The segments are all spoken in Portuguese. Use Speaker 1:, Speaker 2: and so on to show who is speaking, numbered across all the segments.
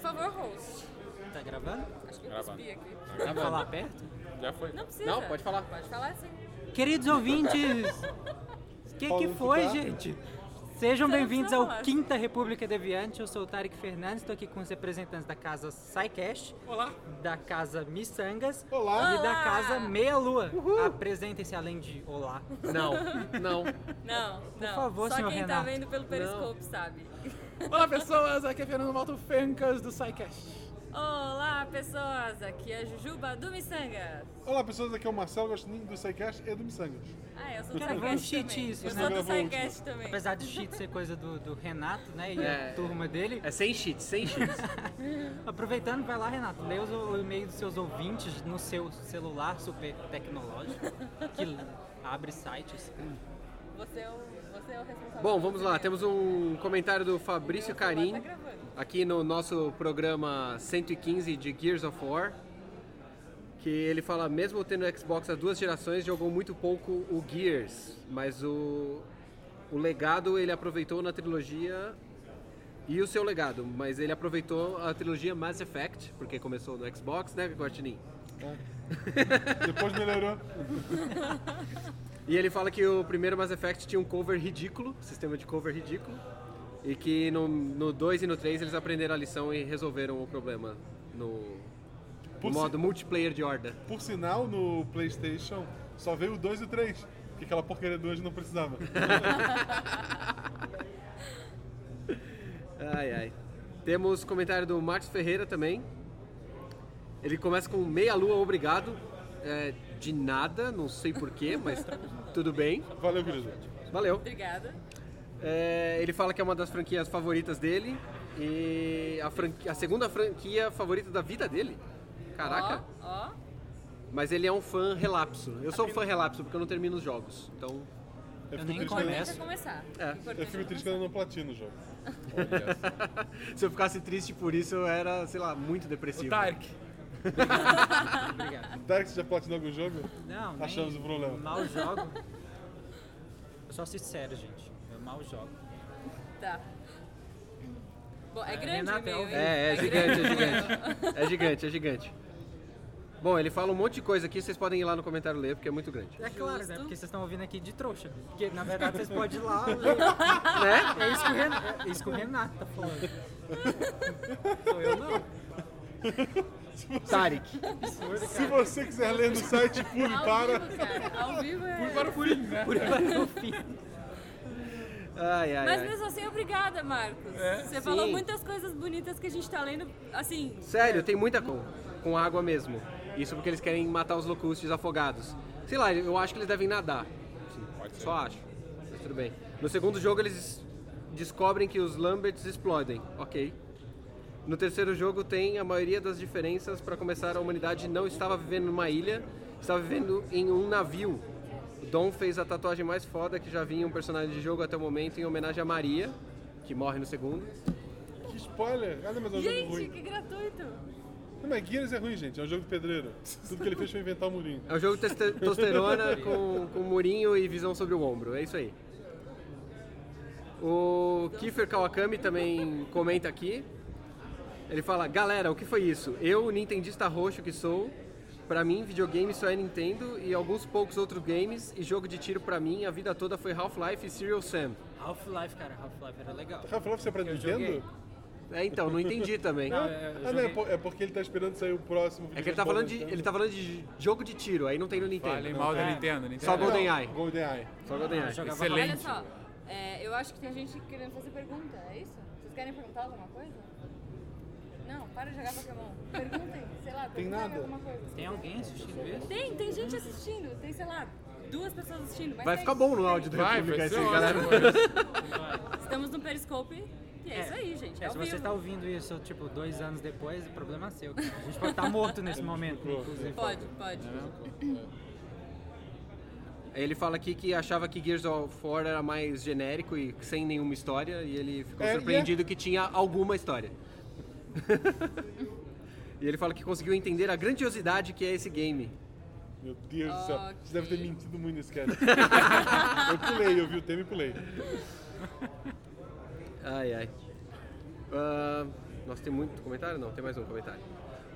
Speaker 1: favor, host.
Speaker 2: Tá gravando?
Speaker 1: Acho que eu
Speaker 3: Gravando.
Speaker 1: cuspi aqui.
Speaker 2: Vai
Speaker 3: é
Speaker 2: falar perto?
Speaker 3: Tá Já foi.
Speaker 1: Não precisa.
Speaker 3: pode falar.
Speaker 1: Pode falar sim.
Speaker 2: Queridos ouvintes, o que, que
Speaker 4: Paulo,
Speaker 2: foi,
Speaker 4: tá?
Speaker 2: gente? Sejam
Speaker 1: Tá
Speaker 2: bem-vindos
Speaker 1: na
Speaker 2: ao
Speaker 1: hora.
Speaker 2: Quinta República Deviante. Eu sou o Tarek Fernandes, estou aqui com os representantes da casa SciCash,
Speaker 3: Olá.
Speaker 2: da casa Missangas
Speaker 4: Olá.
Speaker 2: e da
Speaker 1: Olá.
Speaker 2: casa Meia Lua. Apresentem-se além de olá.
Speaker 3: Não, não.
Speaker 1: Não, não.
Speaker 2: favor,
Speaker 1: Só
Speaker 2: senhor
Speaker 1: quem tá
Speaker 2: Renato.
Speaker 1: vendo pelo Periscope sabe.
Speaker 3: Olá, pessoas. Aqui é Fernando Malto Fencas do SciCast.
Speaker 1: Olá, pessoas. Aqui é a Jujuba do Missangas.
Speaker 4: Olá pessoas, aqui é o Marcelo Gostininho do SciCast e do Missangas.
Speaker 1: Ah, eu sou do
Speaker 2: Cara, foi um
Speaker 1: Psycast
Speaker 2: cheat
Speaker 1: também.
Speaker 2: isso,
Speaker 1: eu
Speaker 2: né?
Speaker 1: sou do
Speaker 4: Gravou o
Speaker 1: Psycast também.
Speaker 2: Apesar de cheat ser coisa do, do Renato, né, e
Speaker 3: É.
Speaker 2: a turma dele.
Speaker 3: É sem cheats, sem cheats.
Speaker 2: Aproveitando, vai lá, Renato, lê os- o e-mail dos seus ouvintes no seu celular super tecnológico, que abre sites.
Speaker 1: Você é o, você é o responsável.
Speaker 3: Bom, vamos lá. Temos um comentário do Fabrício Carim
Speaker 1: Tá gravando.
Speaker 3: aqui no nosso programa 115 de Gears of War. Que ele fala, mesmo tendo Xbox há duas gerações, jogou muito pouco o Gears, mas o, o legado ele aproveitou na trilogia e o seu legado, mas ele aproveitou a trilogia Mass Effect, porque começou no Xbox, né, Guartinim?
Speaker 4: Depois melhorou.
Speaker 3: E ele fala que o primeiro Mass Effect tinha um cover ridículo, sistema de cover ridículo, e que no 2 e no 3 eles aprenderam a lição e resolveram o problema no, no
Speaker 4: Puxa.
Speaker 3: modo multiplayer de horda.
Speaker 4: Por sinal, no Playstation só veio o 2 e o 3, porque aquela porcaria do anjo não precisava.
Speaker 3: Ai, ai. Temos comentário do Marcos Ferreira também. Ele começa com meia lua, obrigado. É, de nada, não sei porquê, mas tudo bem.
Speaker 4: Valeu, querido.
Speaker 3: Valeu.
Speaker 1: Obrigada.
Speaker 3: É, ele fala que é uma das franquias favoritas dele e a, franqui- a segunda franquia favorita da vida dele. Caraca.
Speaker 1: Ó, ó.
Speaker 3: Mas ele é um fã relapso. Eu sou um fã relapso porque eu não termino os jogos. Então,
Speaker 4: Eu,
Speaker 2: nem
Speaker 4: triste quando-
Speaker 1: Importante
Speaker 2: começo.
Speaker 1: é começar.
Speaker 3: É.
Speaker 1: Importante
Speaker 4: Eu fico triste quando eu não platino o jogo.
Speaker 3: se eu ficasse triste por isso, eu era, sei lá, muito depressivo.
Speaker 2: Obrigado.
Speaker 4: Derek, você já platinou algum jogo?
Speaker 2: Não, nem-
Speaker 4: Achamos Tá o problema.
Speaker 2: Mal jogo. Eu sou sincero, gente. Eu mal jogo.
Speaker 1: Tá. Bom, é,
Speaker 2: É,
Speaker 1: grande
Speaker 2: Renato,
Speaker 1: o e-mail,
Speaker 2: é o-
Speaker 1: hein?
Speaker 3: É, é gigante, é
Speaker 1: grande o e-mail.
Speaker 3: gigante. É gigante, é gigante. Bom, ele fala um monte de coisa aqui, vocês podem ir lá no comentário ler, porque é muito grande.
Speaker 2: É claro, né?
Speaker 1: Justo.
Speaker 2: Porque vocês estão ouvindo aqui de trouxa. Porque, na verdade, vocês podem ir lá ler.
Speaker 3: né?
Speaker 2: É isso que o Renato, é isso que o Renato tá falando. Sou eu, não.
Speaker 3: Tarek.
Speaker 4: Se você quiser ler no site, pule
Speaker 1: Ao
Speaker 4: para.
Speaker 1: vivo, cara. Ao vivo é...
Speaker 2: Por para o fim.
Speaker 3: Ai, ai,
Speaker 1: Mas
Speaker 3: ai.
Speaker 1: mesmo assim, obrigada, Marcos. Você falou
Speaker 3: Sim.
Speaker 1: muitas coisas bonitas que a gente tá lendo, assim,
Speaker 3: Sério, tem muita com, com água mesmo. Isso porque eles querem matar os locustes afogados. Sei lá, eu acho que eles devem nadar. Só acho. Mas tudo bem. No segundo jogo eles descobrem que os Lamberts explodem. Ok. No terceiro jogo tem a maioria das diferenças para começar a humanidade não estava vivendo numa ilha, estava vivendo em um navio. O Dom fez a tatuagem mais foda que já vinha um personagem de jogo até o momento em homenagem a Maria, que morre no segundo.
Speaker 4: Que spoiler! Olha, mas é um jogo
Speaker 1: Gente,
Speaker 4: ruim.
Speaker 1: que gratuito!
Speaker 4: Não, mas Gears é ruim, gente. É um jogo de pedreiro. Tudo que ele fez foi inventar o murinho.
Speaker 3: É o jogo teste- Tosterona com, com murinho e visão sobre o ombro, é isso aí. O Kiefer Kawakami também comenta aqui. Ele fala, galera, o que foi isso? Eu, nintendista roxo que sou, pra mim videogame só é Nintendo e alguns poucos outros games e jogo de tiro pra mim a vida toda foi Half-Life e Serial Sam.
Speaker 2: Half-Life, cara. Half-Life era legal.
Speaker 4: Half-Life, você é pra
Speaker 2: Eu
Speaker 4: Nintendo?
Speaker 2: joguei.
Speaker 3: É, então, não entendi também.
Speaker 2: Não, eu- eu
Speaker 4: Ah, não, é
Speaker 2: joguei.
Speaker 4: por- é porque ele tá esperando sair o próximo vídeo.
Speaker 3: É que ele tá falando de, ele tá falando de jogo de tiro, aí não tem no
Speaker 5: Falem
Speaker 3: Nintendo.
Speaker 5: mal da
Speaker 2: É.
Speaker 5: Nintendo, Nintendo.
Speaker 3: Só
Speaker 5: Não.
Speaker 3: GoldenEye.
Speaker 4: GoldenEye.
Speaker 3: Só GoldenEye.
Speaker 2: Eu jogava
Speaker 5: É, Excelente.
Speaker 1: Olha só, é, eu acho que tem gente querendo fazer pergunta, é isso? Vocês querem perguntar alguma coisa? Não, para de jogar Pokémon. Perguntem, sei lá,
Speaker 4: Tem
Speaker 1: perguntem
Speaker 4: nada?
Speaker 1: alguma coisa.
Speaker 2: Tem alguém assistindo isso?
Speaker 1: Tem, tem gente assistindo, tem, sei lá, duas pessoas assistindo. mas é
Speaker 3: Vai
Speaker 1: tem.
Speaker 3: ficar bom no áudio do
Speaker 5: Vai,
Speaker 3: República
Speaker 5: vai
Speaker 3: esse,
Speaker 5: ser ótimo.
Speaker 3: galera.
Speaker 1: Estamos no Periscope e é,
Speaker 2: É.
Speaker 1: isso aí, gente.
Speaker 2: É,
Speaker 1: É, ao
Speaker 2: se você
Speaker 1: vivo.
Speaker 2: tá ouvindo isso, tipo, dois anos depois, o problema é seu. cara. A gente pode estar morto nesse momento, inclusive.
Speaker 1: Pode, pode.
Speaker 3: Aí Ele fala aqui que achava que Gears of War era mais genérico e sem nenhuma história, e ele ficou
Speaker 4: É,
Speaker 3: surpreendido que tinha alguma história. e ele fala que conseguiu entender a grandiosidade que é esse game.
Speaker 4: Meu Deus do céu.
Speaker 1: Ok.
Speaker 4: Você deve ter mentido muito nesse cara. eu pulei, eu vi o tema e pulei.
Speaker 3: Ai, ai. Ah, Nossa, tem muito comentário? Não, tem mais um comentário.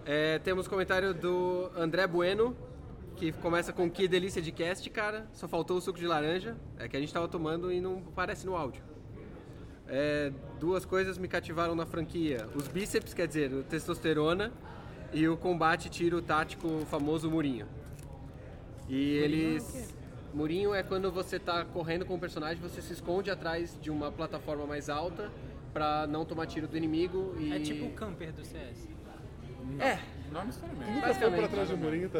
Speaker 3: É, temos comentário do André Bueno, que começa com que delícia de cast, cara. Só faltou o suco de laranja. É que a gente tava tomando e não aparece no áudio. É, duas coisas me cativaram na franquia: os bíceps, quer dizer, o testosterona, e o combate tiro tático o famoso Murinho. E eles. Murinho é quando você tá correndo com o personagem, você se esconde atrás de uma plataforma mais alta pra não tomar tiro do inimigo e.
Speaker 2: É tipo o camper do CS.
Speaker 3: É,
Speaker 5: Não necessariamente.
Speaker 4: Nunca foi pra
Speaker 3: basicamente.
Speaker 4: trás do murinho, tá?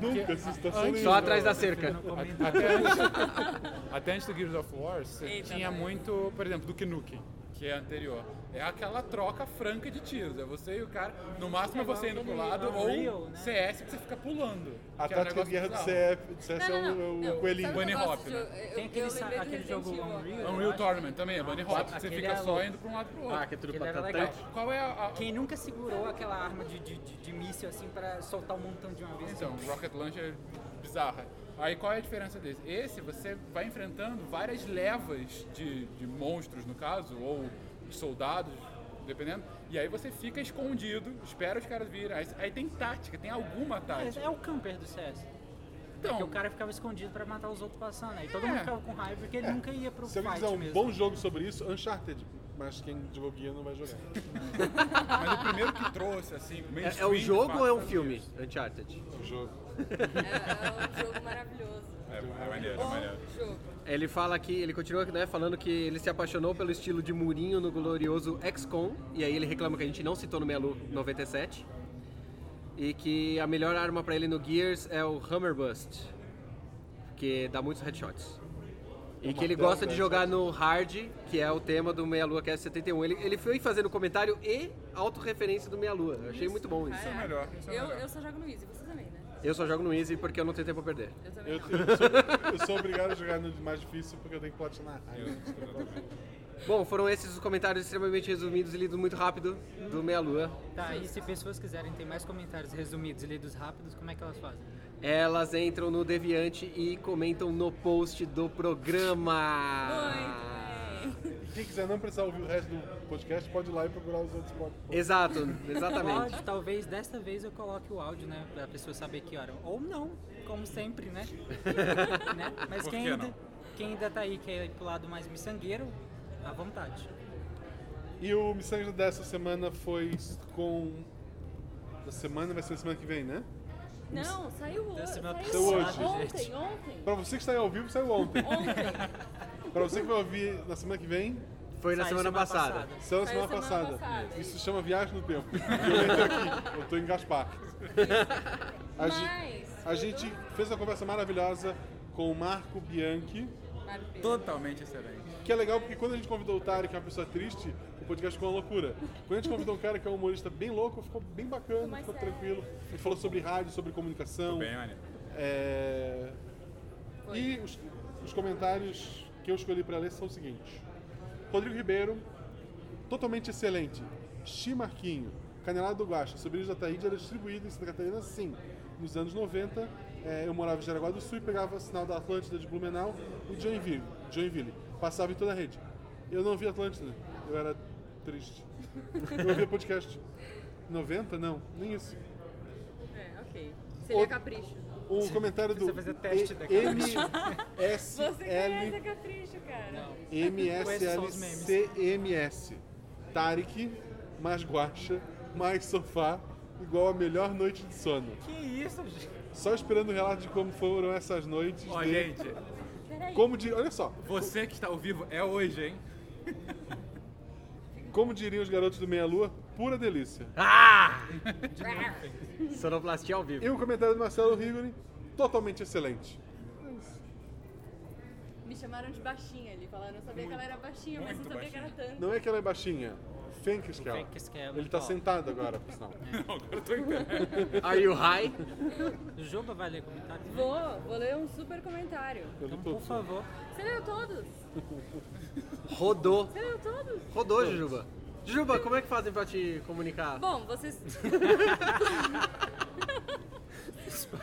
Speaker 4: Nunca, se estaciona em
Speaker 3: Só
Speaker 4: um.
Speaker 3: atrás da cerca.
Speaker 5: Tá A- Até antes, até antes do Gears of War, você
Speaker 1: Eita,
Speaker 5: tinha
Speaker 1: nós.
Speaker 5: muito, por exemplo, do Nukem, que é anterior. É aquela troca franca de tiros. É você e o cara, no máximo é você indo pro lado, ou
Speaker 2: Unreal, né?
Speaker 5: CS que você fica pulando.
Speaker 4: A
Speaker 5: que é um
Speaker 4: tática de
Speaker 5: negócio
Speaker 4: guerra do
Speaker 5: bizarro.
Speaker 4: CF, do CS é
Speaker 1: Não, não,
Speaker 4: o- é
Speaker 1: não.
Speaker 4: o,
Speaker 1: Eu-
Speaker 4: coelhinho.
Speaker 1: sabe o que eu
Speaker 2: Bunny
Speaker 1: gosto
Speaker 2: hop,
Speaker 1: de-
Speaker 2: né?
Speaker 1: eu- eu-
Speaker 2: Tem aquele
Speaker 1: eu
Speaker 2: sa-
Speaker 1: lembrei do
Speaker 2: aquele jogo
Speaker 1: Resident Evil
Speaker 2: Unreal.
Speaker 1: agora.
Speaker 5: Unreal Tournament também, é Bunny Hop, que você
Speaker 2: Aquele
Speaker 5: fica
Speaker 2: é
Speaker 5: só
Speaker 2: louco.
Speaker 5: indo pra um lado e pro outro.
Speaker 3: Ah, que trupa
Speaker 2: Aquele era
Speaker 3: tatã.
Speaker 2: legal.
Speaker 5: Qual é a. a-
Speaker 2: Quem nunca segurou aquela arma de, de, de, de míssil assim pra soltar um montão de uma vez?
Speaker 5: Então, Rocket Launcher é bizarra. Aí qual é a diferença desse? Esse você vai enfrentando várias levas de, de monstros, no caso, ou de soldados, dependendo. E aí você fica escondido, espera os caras virem. Aí, aí tem tática, tem alguma
Speaker 2: É,
Speaker 5: tática.
Speaker 2: é o camper do CS.
Speaker 5: Então,
Speaker 2: Porque o cara ficava escondido pra matar os outros passando. Aí todo
Speaker 5: É.
Speaker 2: mundo ficava com raiva porque ele nunca ia pro
Speaker 4: Se alguém
Speaker 2: fight
Speaker 4: quiser um
Speaker 2: mesmo.
Speaker 4: bom jogo sobre isso, Uncharted. Mas quem jogou guia não vai jogar.
Speaker 5: mas o primeiro que trouxe, assim, meio
Speaker 3: É, é o jogo ou é um filme? Uncharted.
Speaker 4: O jogo.
Speaker 1: É, é um jogo maravilhoso.
Speaker 5: É, maneiro,
Speaker 1: Bom jogo.
Speaker 3: Ele fala que, ele continua né, falando que ele se apaixonou pelo estilo de murinho no glorioso XCOM, e aí ele reclama que a gente não citou no Melu 97, e que a melhor arma pra ele no Gears é o Hammer Bust, que dá muitos headshots. E que ele gosta de jogar no Hard, que é o tema do Meia Lua Cast 71. Ele, ele foi fazendo comentário e autorreferência do Meia Lua. Eu achei muito bom isso.
Speaker 5: é melhor, isso é
Speaker 1: eu,
Speaker 5: melhor.
Speaker 1: eu só jogo no Easy, você também, né?
Speaker 3: Eu só jogo no Easy porque eu não tenho tempo a perder.
Speaker 1: Eu também.
Speaker 4: Eu, eu
Speaker 1: não.
Speaker 4: sou, eu sou obrigado a jogar no mais difícil porque eu tenho que platinar. Ai,
Speaker 3: Bom, foram esses os comentários extremamente resumidos e lidos muito rápido do Meia Lua.
Speaker 2: Tá, e se pessoas quiserem ter mais comentários resumidos e lidos rápidos, como é que elas fazem?
Speaker 3: Elas entram no Deviante e comentam no post do Ah. programa.
Speaker 1: Muito bem.
Speaker 4: Quem quiser não precisar ouvir o resto do podcast, pode ir lá e procurar os outros podcasts.
Speaker 3: Exato,
Speaker 2: Pode,
Speaker 3: exatamente.
Speaker 2: talvez desta vez eu coloque o áudio, né? Pra pessoa saber que hora. Ou não, como sempre, né? Né? Mas
Speaker 5: Por
Speaker 2: quem
Speaker 5: que
Speaker 2: ainda,
Speaker 5: não?
Speaker 2: quem ainda tá aí, quer ir pro lado mais miçangueiro, à vontade.
Speaker 4: E o Missangas dessa semana foi com. Da semana vai ser a semana que vem, né?
Speaker 1: Não, saiu hoje.
Speaker 2: Décima
Speaker 1: Saiu
Speaker 4: pessoa,
Speaker 1: hoje.
Speaker 2: gente.
Speaker 1: Ontem, ontem.
Speaker 4: Pra você que está aí ao vivo, saiu ontem.
Speaker 1: Ontem.
Speaker 4: pra você que vai ouvir na semana que vem,
Speaker 3: Foi na
Speaker 2: Saiu
Speaker 3: semana passada.
Speaker 4: saiu
Speaker 1: Saiu
Speaker 4: na semana,
Speaker 1: semana
Speaker 4: passada.
Speaker 1: passada.
Speaker 4: Isso se chama viagem no tempo. Eu entro aqui, eu tô em Gaspar. A,
Speaker 1: Mas.
Speaker 4: gen- a
Speaker 1: foi
Speaker 4: gente
Speaker 1: do-
Speaker 4: fez uma conversa maravilhosa com o Marco Bianchi.
Speaker 1: Mário Pedro.
Speaker 5: Totalmente excelente.
Speaker 4: Que é legal porque quando a gente convidou o Tarek, que é uma pessoa triste, o podcast ficou uma loucura. Quando a gente convidou um cara que é um humorista bem louco, ficou bem bacana,
Speaker 1: mais
Speaker 4: ficou
Speaker 1: sério.
Speaker 4: tranquilo. A gente falou sobre rádio, sobre comunicação.
Speaker 5: Bem maneiro.
Speaker 4: é, E os, os comentários que eu escolhi para ler são os seguintes: Rodrigo Ribeiro, totalmente excelente. Xi Marquinho, Canelada do Guaxa, sobre da Taíde era distribuído em Santa Catarina, sim. Nos anos 90, eh, eu morava em Jaraguá do Sul e pegava sinal da Atlântida de Blumenau e Joinville. Joinville. Passava em toda a rede. Eu não vi Atlântida, eu era triste. Eu ouvia podcast. 90? Não, nem isso.
Speaker 1: É, ok. Seria
Speaker 4: Outro-
Speaker 1: capricho.
Speaker 4: Um comentário do
Speaker 2: Precisa fazer teste da
Speaker 4: M S
Speaker 1: Você conhece
Speaker 4: L
Speaker 1: capricho, cara.
Speaker 4: M S
Speaker 2: Conhece só
Speaker 4: L
Speaker 2: os memes.
Speaker 4: C M S Tarek mais guacha mais sofá igual a melhor noite de sono.
Speaker 2: Que isso, gente?
Speaker 4: Só esperando o relato de como foram essas noites.
Speaker 5: Ó,
Speaker 4: de-
Speaker 5: gente,
Speaker 1: Peraí.
Speaker 4: Como di- olha só,
Speaker 5: você que está ao vivo é hoje, hein?
Speaker 4: como diriam os garotos do Meia Lua, pura delícia.
Speaker 3: Ah!
Speaker 1: Ah,
Speaker 3: Sonoplastia ao vivo.
Speaker 4: E o comentário do Marcelo Rigoni, totalmente excelente.
Speaker 1: Me chamaram de baixinha ali, falaram. Eu sabia que ela era baixinha, mas não
Speaker 5: muito
Speaker 1: sabia que era tanto.
Speaker 4: Não é que ela é baixinha, Fenkeskel.
Speaker 2: Fenkeskel,
Speaker 4: Ele tá
Speaker 2: ó. É,
Speaker 4: sentado agora, por sinal.
Speaker 5: Não, agora eu tô entendendo.
Speaker 3: Are you high?
Speaker 2: O Juba vai ler comentário?
Speaker 1: Vou, vou ler um super comentário.
Speaker 4: Eu
Speaker 2: Então,
Speaker 4: tô-
Speaker 2: por favor.
Speaker 1: Você leu todos?
Speaker 3: Rodou.
Speaker 1: Você leu todos?
Speaker 3: Rodou, Jujuba. Jujuba, como é que fazem pra te comunicar?
Speaker 1: Bom, vocês.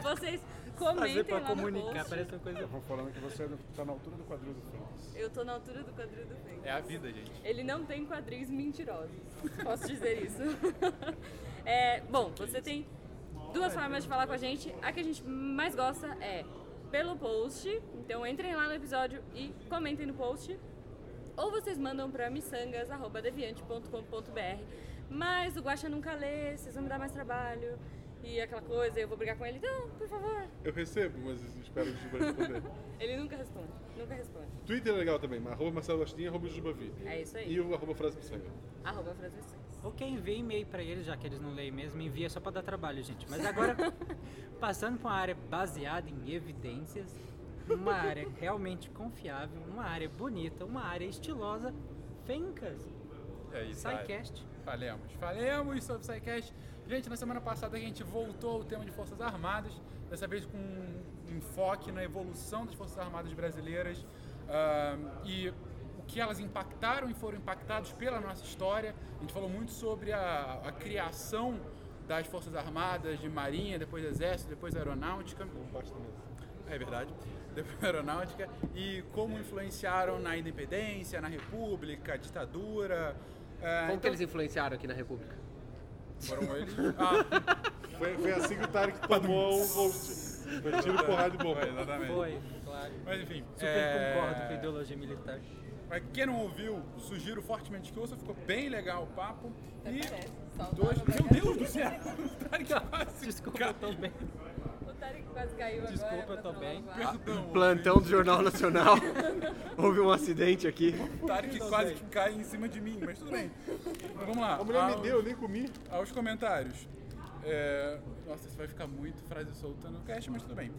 Speaker 1: vocês
Speaker 2: fazer
Speaker 1: Comentem
Speaker 2: pra
Speaker 1: lá no
Speaker 2: comunicar?
Speaker 1: post.
Speaker 2: Parece uma coisa.
Speaker 4: Eu vou É, falando que você tá na altura do quadril do Franz.
Speaker 1: Eu tô na altura do quadril do Fênix.
Speaker 5: É a vida, gente.
Speaker 1: Ele não tem quadris mentirosos. Posso dizer isso. É, bom, você tem duas formas de falar com a gente. A que a gente mais gosta é pelo post. Então entrem lá no episódio e comentem no post. Ou vocês mandam pra missangas.deviante.com.br. Mas o Guaxa nunca lê, vocês vão me dar mais trabalho. E aquela coisa, eu vou brigar com ele. Então, por favor.
Speaker 4: Eu recebo, mas espero que o Juba responder.
Speaker 1: Ele nunca responde. Nunca responde.
Speaker 4: Twitter é legal também, mas arroba Marcelo Bastinha, arroba Jubavi.
Speaker 1: É isso aí.
Speaker 4: E o arroba frase miçanga.
Speaker 1: Arroba transmissões.
Speaker 2: Ou quem envia e-mail pra eles, já que eles não leem mesmo, envia só pra dar trabalho, gente. Mas agora, passando pra uma área baseada em evidências, uma área realmente confiável, uma área bonita, uma área estilosa, Fencas,
Speaker 5: É isso.
Speaker 2: SciCast.
Speaker 5: Falemos. Falemos sobre SciCast. Gente, na semana passada a gente voltou ao tema de Forças Armadas, dessa vez com um enfoque na evolução das Forças Armadas brasileiras ah, e o que elas impactaram e foram impactados pela nossa história. A gente falou muito sobre a, a criação das Forças Armadas, de Marinha, depois Exército, depois Aeronáutica.
Speaker 4: Basta mesmo.
Speaker 5: É verdade. Depois da aeronáutica. E como influenciaram na independência, na república, ditadura.
Speaker 3: Como
Speaker 5: Ah,
Speaker 3: que
Speaker 5: então,
Speaker 3: eles influenciaram aqui na República?
Speaker 5: Foram eles. Ah,
Speaker 4: Foi, foi assim que o Tarek tomou um gol. Foi tiro, porrada e bomba.
Speaker 5: foi, exatamente.
Speaker 2: Foi, claro.
Speaker 5: Mas enfim.
Speaker 2: Super
Speaker 5: é,
Speaker 2: concordo com a ideologia militar.
Speaker 5: Pra quem não ouviu, sugiro fortemente que ouça. Ficou bem legal o papo. E
Speaker 1: É, parece. Só
Speaker 5: dois...
Speaker 1: tava
Speaker 5: Meu
Speaker 1: pegando.
Speaker 5: Deus do céu! O Tarek assim, quase
Speaker 2: Desculpa,
Speaker 5: caiu.
Speaker 2: eu tô bem.
Speaker 1: O Tarek quase caiu
Speaker 2: Desculpa,
Speaker 1: agora. um
Speaker 2: eu tô bem.
Speaker 4: Ah,
Speaker 5: Perdão.
Speaker 3: Plantão do Jornal Nacional. Houve um acidente aqui.
Speaker 5: O Tarek quase que cai em cima de mim, mas tudo bem. Vamos lá.
Speaker 4: A mulher
Speaker 5: Ah,
Speaker 4: me deu, eu nem comi.
Speaker 5: aos comentários. É, Nossa, isso vai ficar muito frase solta no cast, mas tudo bem.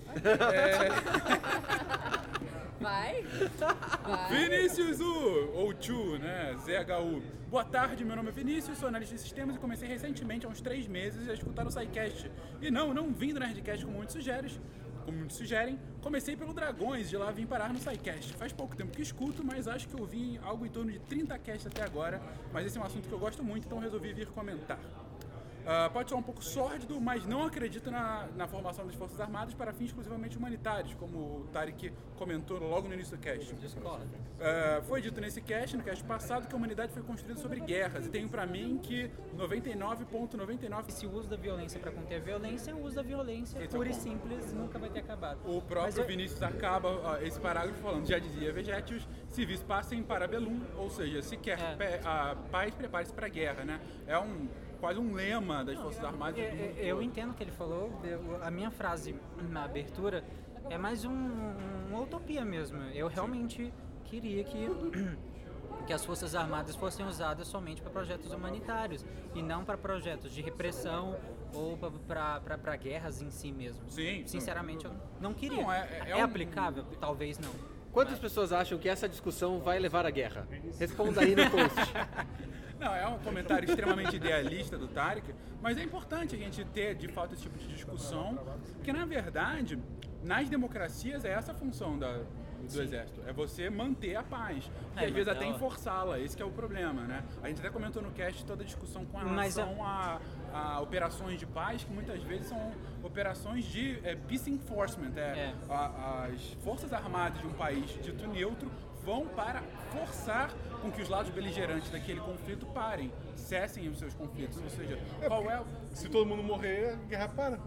Speaker 1: Vai? Vai.
Speaker 5: Vinícius U, ou Chu, né? ZHU. Boa tarde, meu nome é Vinícius, sou analista de sistemas e comecei recentemente, há uns três meses, a escutar o SciCast. E não, não vim do Nerdcast como muitos sugeres. Como muitos sugerem, comecei pelo Dragões, de lá vim parar no SciCast. Faz pouco tempo que escuto, mas acho que ouvi algo em torno de 30 casts até agora. Mas esse é um assunto que eu gosto muito, então resolvi vir comentar. Ah, pode ser um pouco sórdido, mas não acredito na, na formação das Forças Armadas para fins exclusivamente humanitários, como o Tarek comentou logo no início do cast. Ah, foi dito nesse cast, no cast passado, que a humanidade foi construída sobre guerras, e tenho pra mim que 99,99%
Speaker 2: Esse uso da violência pra conter a violência, o uso da violência
Speaker 5: Esse é o
Speaker 2: pura e
Speaker 5: ponto.
Speaker 2: simples nunca vai ter acabado.
Speaker 5: o
Speaker 2: Mas
Speaker 5: próprio
Speaker 2: eu-
Speaker 5: Vinícius acaba ó, esse parágrafo falando, já dizia Vegetius, civis passem para Belum, ou seja, se quer
Speaker 2: É.
Speaker 5: pe- a paz, prepare-se para a guerra, né? É um, quase um lema das Forças Armadas.
Speaker 2: É,
Speaker 5: do mundo
Speaker 2: é,
Speaker 5: todo.
Speaker 2: eu entendo o que ele falou. eu- a minha frase na abertura é mais um- um- uma utopia mesmo. Eu realmente queria que que as forças armadas fossem usadas somente para projetos humanitários e não para projetos de repressão ou para guerras em si mesmo.
Speaker 5: Sim.
Speaker 2: Sinceramente, eu não queria.
Speaker 5: Não, é-
Speaker 2: é
Speaker 5: é- é um-
Speaker 2: aplicável? Talvez não.
Speaker 3: Quantas pessoas acham que essa discussão vai levar à guerra? Responda aí no post.
Speaker 5: Não, é um comentário extremamente idealista do Tarek, mas é importante a gente ter, de fato, esse tipo de discussão, porque, na verdade, nas democracias é essa a função da- do exército, é você manter a paz, e
Speaker 2: É,
Speaker 5: às vezes
Speaker 2: mas
Speaker 5: até
Speaker 2: ela-
Speaker 5: enforçá-la, esse que é o problema, né? A gente até comentou no cast toda a discussão com
Speaker 2: Mas a-
Speaker 5: relação a... a operações de paz, que muitas vezes são operações de é, peace enforcement, é,
Speaker 2: É.
Speaker 5: a- as forças armadas de um país dito neutro vão para forçar com que os lados beligerantes daquele conflito parem, cessem os seus conflitos. Ou seja, qual é o.
Speaker 4: Se todo mundo morrer, a guerra para.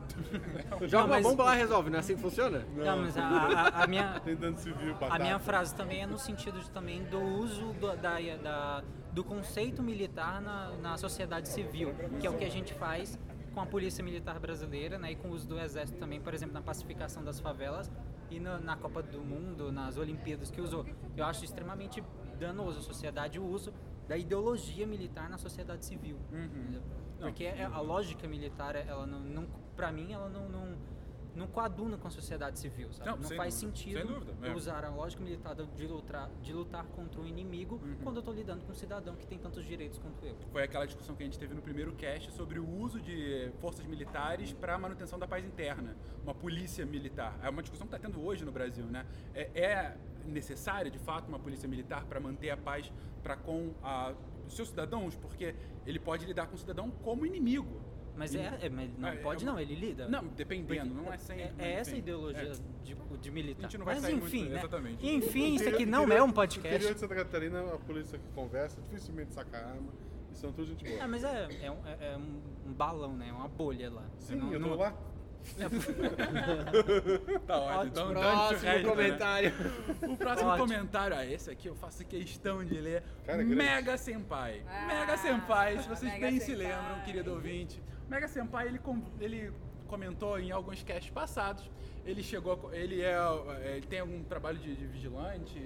Speaker 3: Joga
Speaker 2: Não,
Speaker 3: uma
Speaker 2: mas-
Speaker 3: bomba lá e resolve, não é assim que funciona?
Speaker 2: Não, mas a- a- a minha
Speaker 4: Tem dano civil,
Speaker 2: A
Speaker 4: batata.
Speaker 2: minha frase também é no sentido de, também do uso do, da, da- do conceito militar na, na sociedade civil, que é o que a gente faz com a polícia militar brasileira né, e com o uso do exército também, por exemplo, na pacificação das favelas e na- na Copa do Mundo, nas Olimpíadas que usou. Eu acho extremamente danoso à sociedade o uso da ideologia militar na sociedade civil. entendeu? Porque é- a lógica militar, ela não, não para mim, ela não, não, não coaduna com a sociedade civil. Sabe?
Speaker 5: Não,
Speaker 2: Não,
Speaker 5: sem
Speaker 2: faz
Speaker 5: dúvida, sem
Speaker 2: sentido
Speaker 5: dúvida, é.
Speaker 2: eu usar usar a lógica militar de lutar, de lutar contra um inimigo
Speaker 5: Uhum.
Speaker 2: quando eu estou lidando com um cidadão que tem tantos direitos quanto eu.
Speaker 5: Foi aquela discussão que a gente teve no primeiro cast sobre o uso de forças militares para a manutenção da paz interna, uma polícia militar. É uma discussão que está tendo hoje no Brasil, né? É, é necessária, de fato, uma polícia militar para manter a paz para com a- os seus cidadãos, porque ele pode lidar com o cidadão como inimigo.
Speaker 2: Mas é, é, mas não
Speaker 5: É, é
Speaker 2: pode
Speaker 5: uma-
Speaker 2: não, ele lida.
Speaker 5: Não, dependendo, não é sempre,
Speaker 2: É,
Speaker 5: mas
Speaker 2: é essa a
Speaker 5: tem.
Speaker 2: ideologia
Speaker 5: É.
Speaker 2: de, de militar.
Speaker 5: A gente não vai
Speaker 2: mas
Speaker 5: sair muito,
Speaker 2: enfim, né?
Speaker 5: exatamente.
Speaker 2: Enfim, isso
Speaker 4: Interior-
Speaker 2: aqui não
Speaker 4: interior-
Speaker 2: é um
Speaker 4: Interior
Speaker 2: podcast.
Speaker 4: de Santa Catarina, a polícia que conversa, dificilmente saca arma. E são tudo gente boa.
Speaker 2: Ah, mas é, é, um, é- é um balão, né? É uma bolha lá.
Speaker 4: Sim,
Speaker 2: não-
Speaker 4: eu tô
Speaker 2: não-
Speaker 4: lá.
Speaker 5: Tá ótimo. Então, dane-se o
Speaker 3: Próximo
Speaker 5: resto, né?
Speaker 3: comentário.
Speaker 5: O próximo
Speaker 2: Ótimo.
Speaker 5: comentário, ah, esse aqui eu faço questão de ler.
Speaker 4: Cara, grande.
Speaker 5: Mega Senpai.
Speaker 1: Ah,
Speaker 5: Mega Senpai, se vocês
Speaker 1: Mega
Speaker 5: bem se
Speaker 1: Senpai.
Speaker 5: lembram, querido ouvinte. Mega Senpai, ele, com- ele comentou em alguns casts passados. Ele chegou. a co- Ele é. Ele tem algum trabalho de, de vigilante.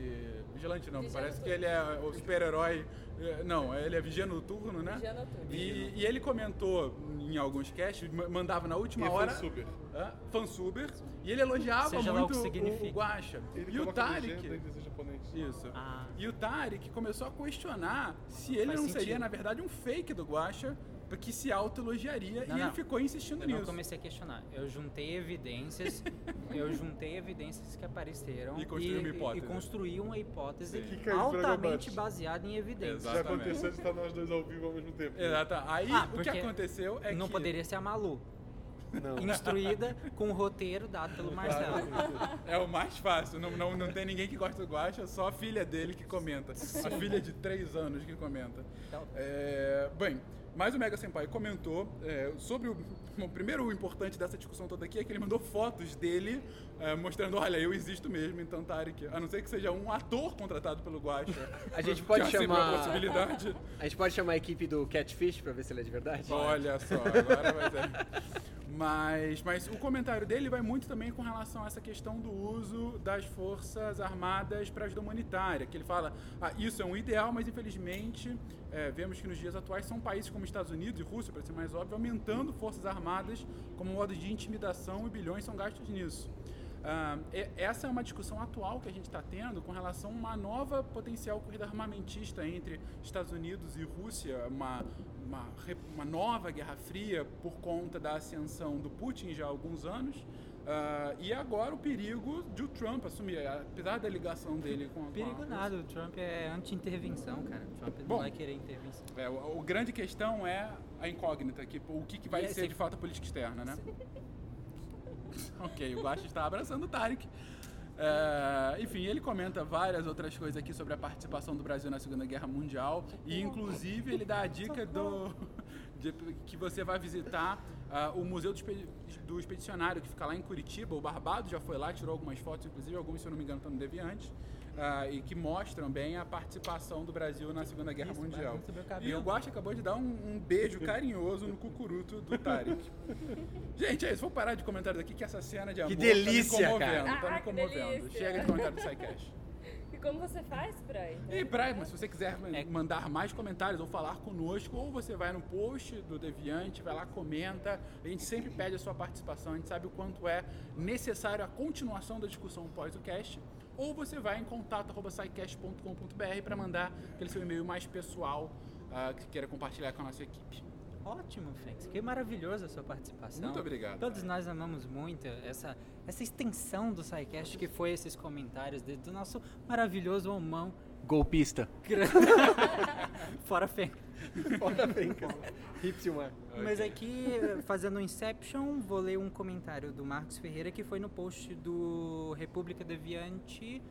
Speaker 5: Vigilante não,
Speaker 1: Vigia
Speaker 5: parece
Speaker 1: noturno.
Speaker 5: que ele é o super-herói. eh, Não, ele é vigia noturno, né?
Speaker 1: Vigia noturno.
Speaker 5: E, e ele comentou em alguns casts, ma- mandava na última
Speaker 4: E
Speaker 5: hora.
Speaker 4: fansuber.
Speaker 5: Hã? Fansuber. E ele elogiava
Speaker 2: Seja lá o
Speaker 5: muito
Speaker 2: que significa.
Speaker 5: Guacha.
Speaker 4: Ele
Speaker 5: E o
Speaker 4: coloca
Speaker 5: Tarek.
Speaker 4: legenda em inglês e japonês.
Speaker 5: Isso.
Speaker 2: Ah.
Speaker 5: E o Tarek começou a questionar se ele
Speaker 2: Faz
Speaker 5: não seria,
Speaker 2: sentido.
Speaker 5: na verdade, um fake do Guacha, porque se autoelogiaria,
Speaker 2: Não,
Speaker 5: e ele
Speaker 2: não.
Speaker 5: ficou insistindo
Speaker 2: Eu não
Speaker 5: nisso.
Speaker 2: comecei a questionar. Eu juntei evidências, eu juntei evidências que apareceram
Speaker 5: E construiu uma hipótese.
Speaker 2: e construí uma hipótese
Speaker 4: Que caiu
Speaker 2: altamente
Speaker 4: Dragon Ball.
Speaker 2: baseada em evidências.
Speaker 4: Já
Speaker 5: Exatamente.
Speaker 4: aconteceu de estar nós dois ao vivo ao mesmo tempo. né?
Speaker 5: Exato. Aí
Speaker 2: Ah,
Speaker 5: o que
Speaker 2: porque
Speaker 5: aconteceu é
Speaker 2: não
Speaker 5: que.
Speaker 2: poderia ser a Malu,
Speaker 4: Não.
Speaker 2: instruída com o roteiro dado pelo Marcelo.
Speaker 5: É o mais fácil. Não, não, não tem ninguém que gosta do Guacha, só a filha dele que comenta. A filha de 3 anos que comenta.
Speaker 2: Então-
Speaker 5: É, bem, mas o Mega Senpai comentou é, sobre o. bom, primeiro, o importante dessa discussão toda aqui é que ele mandou fotos dele é, mostrando: olha, eu existo mesmo, então Tarek. A não ser que seja um ator contratado pelo Guacha.
Speaker 3: A gente
Speaker 5: que
Speaker 3: pode
Speaker 5: é sempre uma
Speaker 3: chamar-
Speaker 5: possibilidade.
Speaker 3: A gente pode chamar a equipe do Catfish pra ver se ele é de verdade?
Speaker 5: Olha só, agora vai ser. Mas, mas o comentário dele vai muito também com relação a essa questão do uso das forças armadas para ajuda humanitária, que ele fala, ah, isso é um ideal, mas infelizmente é, vemos que nos dias atuais são países como Estados Unidos e Rússia, para ser mais óbvio, aumentando forças armadas como modo de intimidação e bilhões são gastos nisso. Ah, e- essa é uma discussão atual que a gente está tendo com relação a uma nova potencial corrida armamentista entre Estados Unidos e Rússia, uma, uma, re- uma nova Guerra Fria por conta da ascensão do Putin já há alguns anos. Ah, e agora o perigo de o Trump assumir, apesar da ligação dele com a. com a
Speaker 2: Perigo
Speaker 5: Rússia.
Speaker 2: nada, o Trump é anti-intervenção, cara. O Trump
Speaker 5: Bom.
Speaker 2: não vai querer intervenção.
Speaker 5: É, o, o grande questão é a incógnita, que, o que, que vai
Speaker 2: E assim, aí,
Speaker 5: ser
Speaker 2: você-
Speaker 5: de fato a política externa, né? ok, o Guaxa está abraçando o Tarek. É, enfim, ele comenta várias outras coisas aqui sobre a participação do Brasil na Segunda Guerra Mundial e, inclusive, ele dá a dica do de- que você vai visitar ah, o Museu do, Expe- do Expedicionário que fica lá em Curitiba. O Barbado já foi lá, tirou algumas fotos, inclusive algumas, se eu não me engano, estão no Deviante. ah, e que mostram bem a participação do Brasil na Segunda Guerra
Speaker 2: Isso,
Speaker 5: Mundial.
Speaker 2: parabéns sobre o
Speaker 5: E o
Speaker 2: cabelo.
Speaker 5: Guaxa acabou de dar um, um beijo carinhoso no cucuruto do Tarek. Gente, é isso. Vou parar de comentários aqui que essa cena de amor
Speaker 3: delícia,
Speaker 5: tá me comovendo.
Speaker 3: cara.
Speaker 5: Tá
Speaker 1: Ah,
Speaker 5: me
Speaker 1: que
Speaker 5: comovendo.
Speaker 1: delícia.
Speaker 5: Chega de comentário do SciCash.
Speaker 1: E como você faz pra entrar?
Speaker 5: E pra, mas se você quiser
Speaker 2: É.
Speaker 5: mandar mais comentários ou falar conosco, ou você vai no post do Deviante, vai lá, comenta. A gente sempre pede a sua participação, a gente sabe o quanto é necessário a continuação da discussão pós o cast. Ou você vai em contato.sicast.com.br para mandar aquele seu e-mail mais pessoal ah, que queira compartilhar com a nossa equipe.
Speaker 2: Ótimo, Fênix. Que maravilhosa a sua participação.
Speaker 5: Muito obrigado.
Speaker 2: Todos nós amamos muito essa, essa extensão do SciCast que foi esses comentários de- do nosso maravilhoso homão.
Speaker 3: Golpista.
Speaker 2: Fora Fênix.
Speaker 3: Foda brinca. Hipsilmar.
Speaker 2: Mas aqui, fazendo um Inception, vou ler um comentário do Marcos Ferreira que foi no post do República Deviante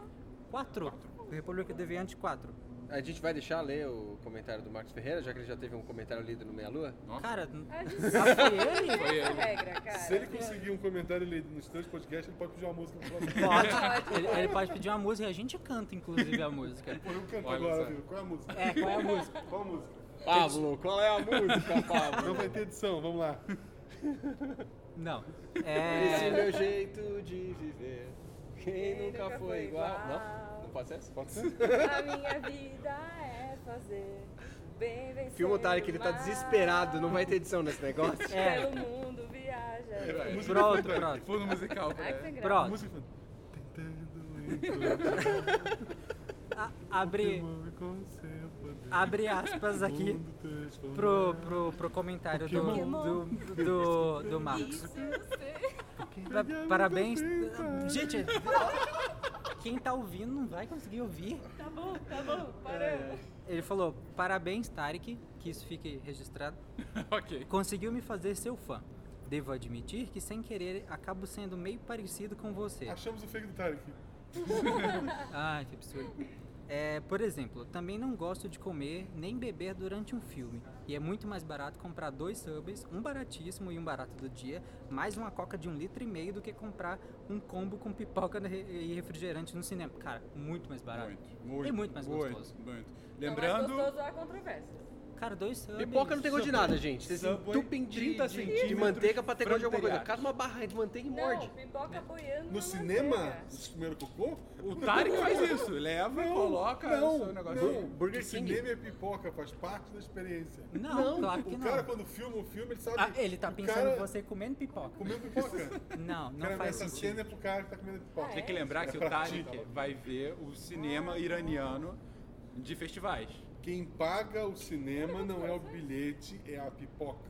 Speaker 2: 4. Do República Deviante 4.
Speaker 3: A gente vai deixar ler o comentário do Marcos Ferreira, já que ele já teve um comentário lido no Meia Lua?
Speaker 5: Nossa.
Speaker 2: Cara,
Speaker 1: Ah,
Speaker 2: já foi ele?
Speaker 1: foi essa regra, cara.
Speaker 4: Se ele conseguir um comentário lido nos três podcasts, ele pode pedir uma música no próximo.
Speaker 2: Pode. Ele, ele pode pedir uma música e a gente canta, inclusive, a música.
Speaker 4: Pô, eu canto
Speaker 5: Olha
Speaker 4: agora,
Speaker 5: só.
Speaker 4: viu? Qual é a música?
Speaker 2: É, qual é a música?
Speaker 4: Qual a música?
Speaker 3: Pablo, qual é a música,
Speaker 4: Não
Speaker 3: Pablo?
Speaker 4: vai ter edição, vamos lá.
Speaker 2: Não.
Speaker 3: Esse é
Speaker 2: É.
Speaker 3: meu jeito de viver. Quem nunca, foi igual. Não? Não pode ser essa?
Speaker 4: Pode ser?
Speaker 1: A minha vida é fazer bem vencer
Speaker 3: Filma o Tarek, ele tá
Speaker 1: mal.
Speaker 3: desesperado, não vai ter edição nesse negócio.
Speaker 2: É.
Speaker 1: Pelo mundo viaja.
Speaker 4: Música
Speaker 2: Pronto,
Speaker 4: infantil.
Speaker 2: pronto.
Speaker 5: Fundo musical.
Speaker 1: Ai, que sem graça.
Speaker 2: Pronto.
Speaker 4: Música infantil. Tentando
Speaker 2: A- abre,
Speaker 4: encontrar com seu poder.
Speaker 2: abre aspas aqui
Speaker 4: mundo transformar.
Speaker 2: pro, pro, pro comentário do, do, do, do Marcos.
Speaker 1: Isso, eu sei.
Speaker 2: Pa- Parabéns. Ah, Gente, quem tá ouvindo não vai conseguir ouvir.
Speaker 3: É.
Speaker 1: Tá bom, tá bom, paramos.
Speaker 2: Ele falou, parabéns, Tarek, que isso fique registrado.
Speaker 5: ok.
Speaker 2: Conseguiu me fazer seu fã. Devo admitir que, sem querer, acabo sendo meio parecido com você.
Speaker 4: Achamos o fake do Tarek.
Speaker 2: Ai, que absurdo. É, por exemplo, também não gosto de comer nem beber durante um filme. E é muito mais barato comprar dois subs, um baratíssimo e um barato do dia, mais uma coca de um litro e meio do que comprar um combo com pipoca re- e refrigerante no cinema. Cara, muito mais barato.
Speaker 5: Muito, muito.
Speaker 2: e muito mais
Speaker 5: muito,
Speaker 2: gostoso.
Speaker 5: muito.
Speaker 1: Então,
Speaker 5: Lembrando.
Speaker 1: mais gostoso há controvérsias.
Speaker 2: Cara, dois subs.
Speaker 3: Pipoca não tem gosto de nada, gente. Vocês
Speaker 5: Subway,
Speaker 3: entupem de,
Speaker 5: 30
Speaker 3: de- de,
Speaker 5: centímetros
Speaker 3: manteiga pra ter gosto de alguma coisa.
Speaker 5: fronteirianos.
Speaker 3: Cada uma barra de manteiga e morde.
Speaker 1: Não,
Speaker 3: Né?
Speaker 1: pipoca boiando
Speaker 4: No
Speaker 1: na
Speaker 4: cinema,
Speaker 1: manteiga.
Speaker 4: vocês comeram cocô?
Speaker 5: O Tarek faz isso, leva, coloca o seu negócio.
Speaker 4: não.
Speaker 3: Burger
Speaker 4: O
Speaker 3: King.
Speaker 4: cinema é pipoca, faz parte da experiência.
Speaker 2: Não, claro que
Speaker 4: o
Speaker 2: não.
Speaker 4: cara, quando filma o filme, ele sabe.
Speaker 2: Ah, ele tá
Speaker 4: o
Speaker 2: pensando
Speaker 4: cara
Speaker 2: em você comendo pipoca.
Speaker 4: Comendo pipoca.
Speaker 2: Não,
Speaker 4: O
Speaker 2: não
Speaker 4: cara,
Speaker 2: faz
Speaker 4: nessa
Speaker 2: sentido.
Speaker 4: cena é pro cara que tá comendo pipoca.
Speaker 5: Tem que lembrar que
Speaker 4: É
Speaker 5: o
Speaker 4: pra
Speaker 5: Tarek
Speaker 4: ti.
Speaker 5: vai ver o cinema iraniano de festivais.
Speaker 4: Quem paga o cinema não é o bilhete, é a pipoca.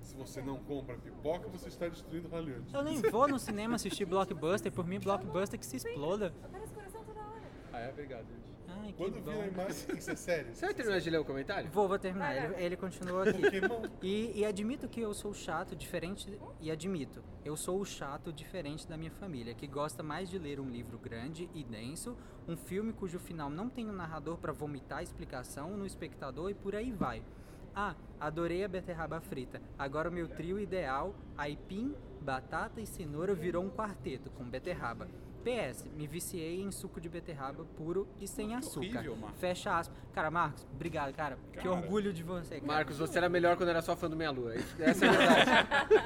Speaker 4: Se você não compra pipoca, você está destruindo Hollywood.
Speaker 2: Eu nem vou no cinema assistir blockbuster, por mim, blockbuster que se exploda.
Speaker 1: Aparece coração toda hora.
Speaker 5: Ah, é, obrigado. gente.
Speaker 2: Ai, que
Speaker 4: Quando vir a
Speaker 2: bom.
Speaker 4: imagem, isso é é sério.
Speaker 3: Você vai terminar de ler o comentário?
Speaker 2: Vou, vou terminar.
Speaker 1: Vai,
Speaker 2: Ele,
Speaker 1: vai.
Speaker 2: ele continua aqui.
Speaker 4: Pokémon.
Speaker 2: E, e admito que eu sou chato, diferente. E admito, eu sou o chato diferente da minha família, que gosta mais de ler um livro grande e denso, um filme cujo final não tem um narrador pra vomitar a explicação no espectador e por aí vai. Ah, adorei a beterraba frita. Agora o meu trio ideal, aipim, batata e cenoura, virou um quarteto com beterraba. PS, me viciei em suco de beterraba puro e sem açúcar.
Speaker 5: horrível, Marcos.
Speaker 2: Fecha aspas. Cara, Marcos, obrigado, cara. Que
Speaker 5: Cara.
Speaker 2: orgulho de você, cara.
Speaker 3: Marcos, você era melhor quando era só fã do Meia Lua. Essa é a verdade.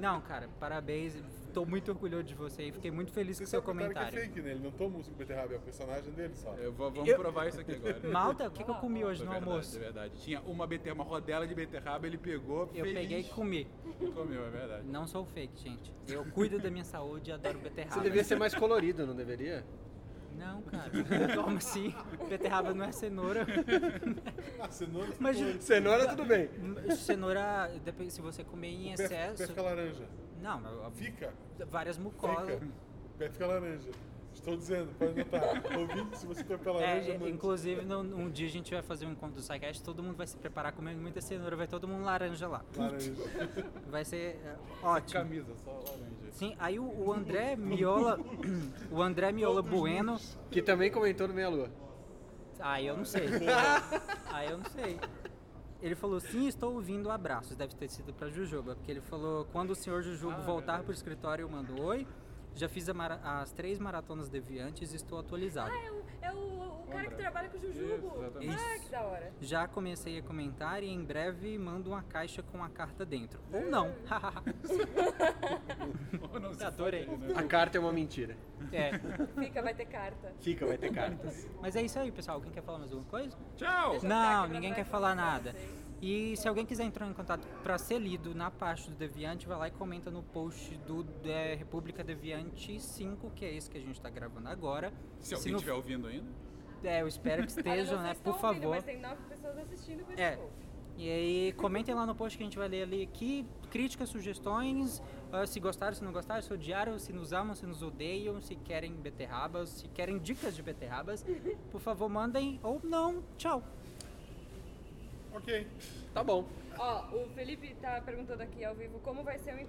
Speaker 2: Não, cara, parabéns. Tô muito orgulhoso de você e fiquei muito feliz com
Speaker 4: Você
Speaker 2: o seu
Speaker 4: sabe que o cara que é
Speaker 2: comentário.
Speaker 4: fake, né? Ele não toma o suco de beterraba, é o personagem dele só.
Speaker 5: Eu vou, vamos
Speaker 2: Eu-
Speaker 5: provar isso aqui agora.
Speaker 2: Malta, o que, que eu comi
Speaker 5: É
Speaker 2: hoje no
Speaker 5: verdade, É
Speaker 2: almoço?
Speaker 5: verdade. Tinha uma, bete- uma rodela de beterraba, ele pegou,
Speaker 2: Eu
Speaker 5: feliz,
Speaker 2: peguei e comi.
Speaker 5: e comeu, é verdade.
Speaker 2: Não sou fake, gente. Eu cuido da minha saúde e adoro beterraba.
Speaker 3: Você devia ser mais colorido, não deveria?
Speaker 2: Não, cara. Como se beterraba não é cenoura.
Speaker 4: Ah, cenoura
Speaker 2: Mas
Speaker 3: Cenoura, tudo bem.
Speaker 2: cenoura, depende- se você comer em
Speaker 4: o pé, o pé
Speaker 2: excesso...
Speaker 4: fica laranja.
Speaker 2: Não, eu- eu-
Speaker 4: Fica,
Speaker 2: várias
Speaker 4: fica.
Speaker 2: mucosas.
Speaker 4: O pé fica laranja. Estou dizendo, pode notar. Ouvinte, se você tem o pé laranja,
Speaker 2: É,
Speaker 4: mande.
Speaker 2: inclusive, num, num dia a gente vai fazer um encontro do SciCast, todo mundo vai se preparar comendo muita cenoura, vai todo mundo laranja lá.
Speaker 4: Laranja.
Speaker 2: Vai ser é, ótimo.
Speaker 5: Camisa, só laranja.
Speaker 2: Sim, aí o, o André Miola. O André Miola Bueno.
Speaker 3: Que também comentou no Meia Lua.
Speaker 2: Aí eu não sei. Aí eu não sei. Ele falou, sim, estou ouvindo abraços. Deve ter sido pra Jujuba, porque ele falou, quando o senhor Jujuba voltar pro escritório, eu mando oi. Já fiz a mara- as três maratonas deviantes e estou atualizado.
Speaker 1: Ah, é o, é o, o cara que
Speaker 5: Ombra.
Speaker 1: trabalha com o Jujubo.
Speaker 5: Isso, exatamente.
Speaker 1: ah,
Speaker 2: Isso.
Speaker 1: que da hora.
Speaker 2: Já comecei a comentar e em breve mando uma caixa com a carta dentro. Ou não.
Speaker 5: Ou não se
Speaker 2: Adorei.
Speaker 5: fode, né?
Speaker 3: A carta é uma mentira.
Speaker 2: é.
Speaker 1: Fica, vai ter carta.
Speaker 3: Fica, vai ter cartas.
Speaker 2: Mas é isso aí, pessoal. Alguém quer falar mais alguma coisa?
Speaker 5: Tchau!
Speaker 1: Deixa eu ficar
Speaker 2: Não,
Speaker 1: aqui pra
Speaker 2: ninguém
Speaker 1: trás
Speaker 2: quer
Speaker 1: pra
Speaker 2: falar
Speaker 1: vocês.
Speaker 2: nada. E se alguém quiser entrar em contato para ser lido na parte do Deviante, vai lá e comenta no post do é, República Deviante 5, que é esse que a gente está gravando agora.
Speaker 5: Se alguém
Speaker 2: não-
Speaker 5: estiver ouvindo ainda.
Speaker 2: É, eu espero que
Speaker 1: Olha,
Speaker 2: estejam,
Speaker 1: não
Speaker 2: né?
Speaker 1: sei se
Speaker 2: Por
Speaker 1: estão ouvindo,
Speaker 2: favor.
Speaker 1: Mas tem nove pessoas assistindo com esse
Speaker 2: É.
Speaker 1: povo.
Speaker 2: E aí, comentem lá no post que a gente vai ler ali aqui, críticas, sugestões, ah, se gostaram, se não gostaram, se odiaram, se nos amam, se nos odeiam, se querem beterrabas, se querem dicas de beterrabas, por favor, mandem ou não. Tchau.
Speaker 4: ok.
Speaker 3: Tá bom.
Speaker 1: Ó, o Felipe tá perguntando aqui tá ao vivo como vai ser o encontro.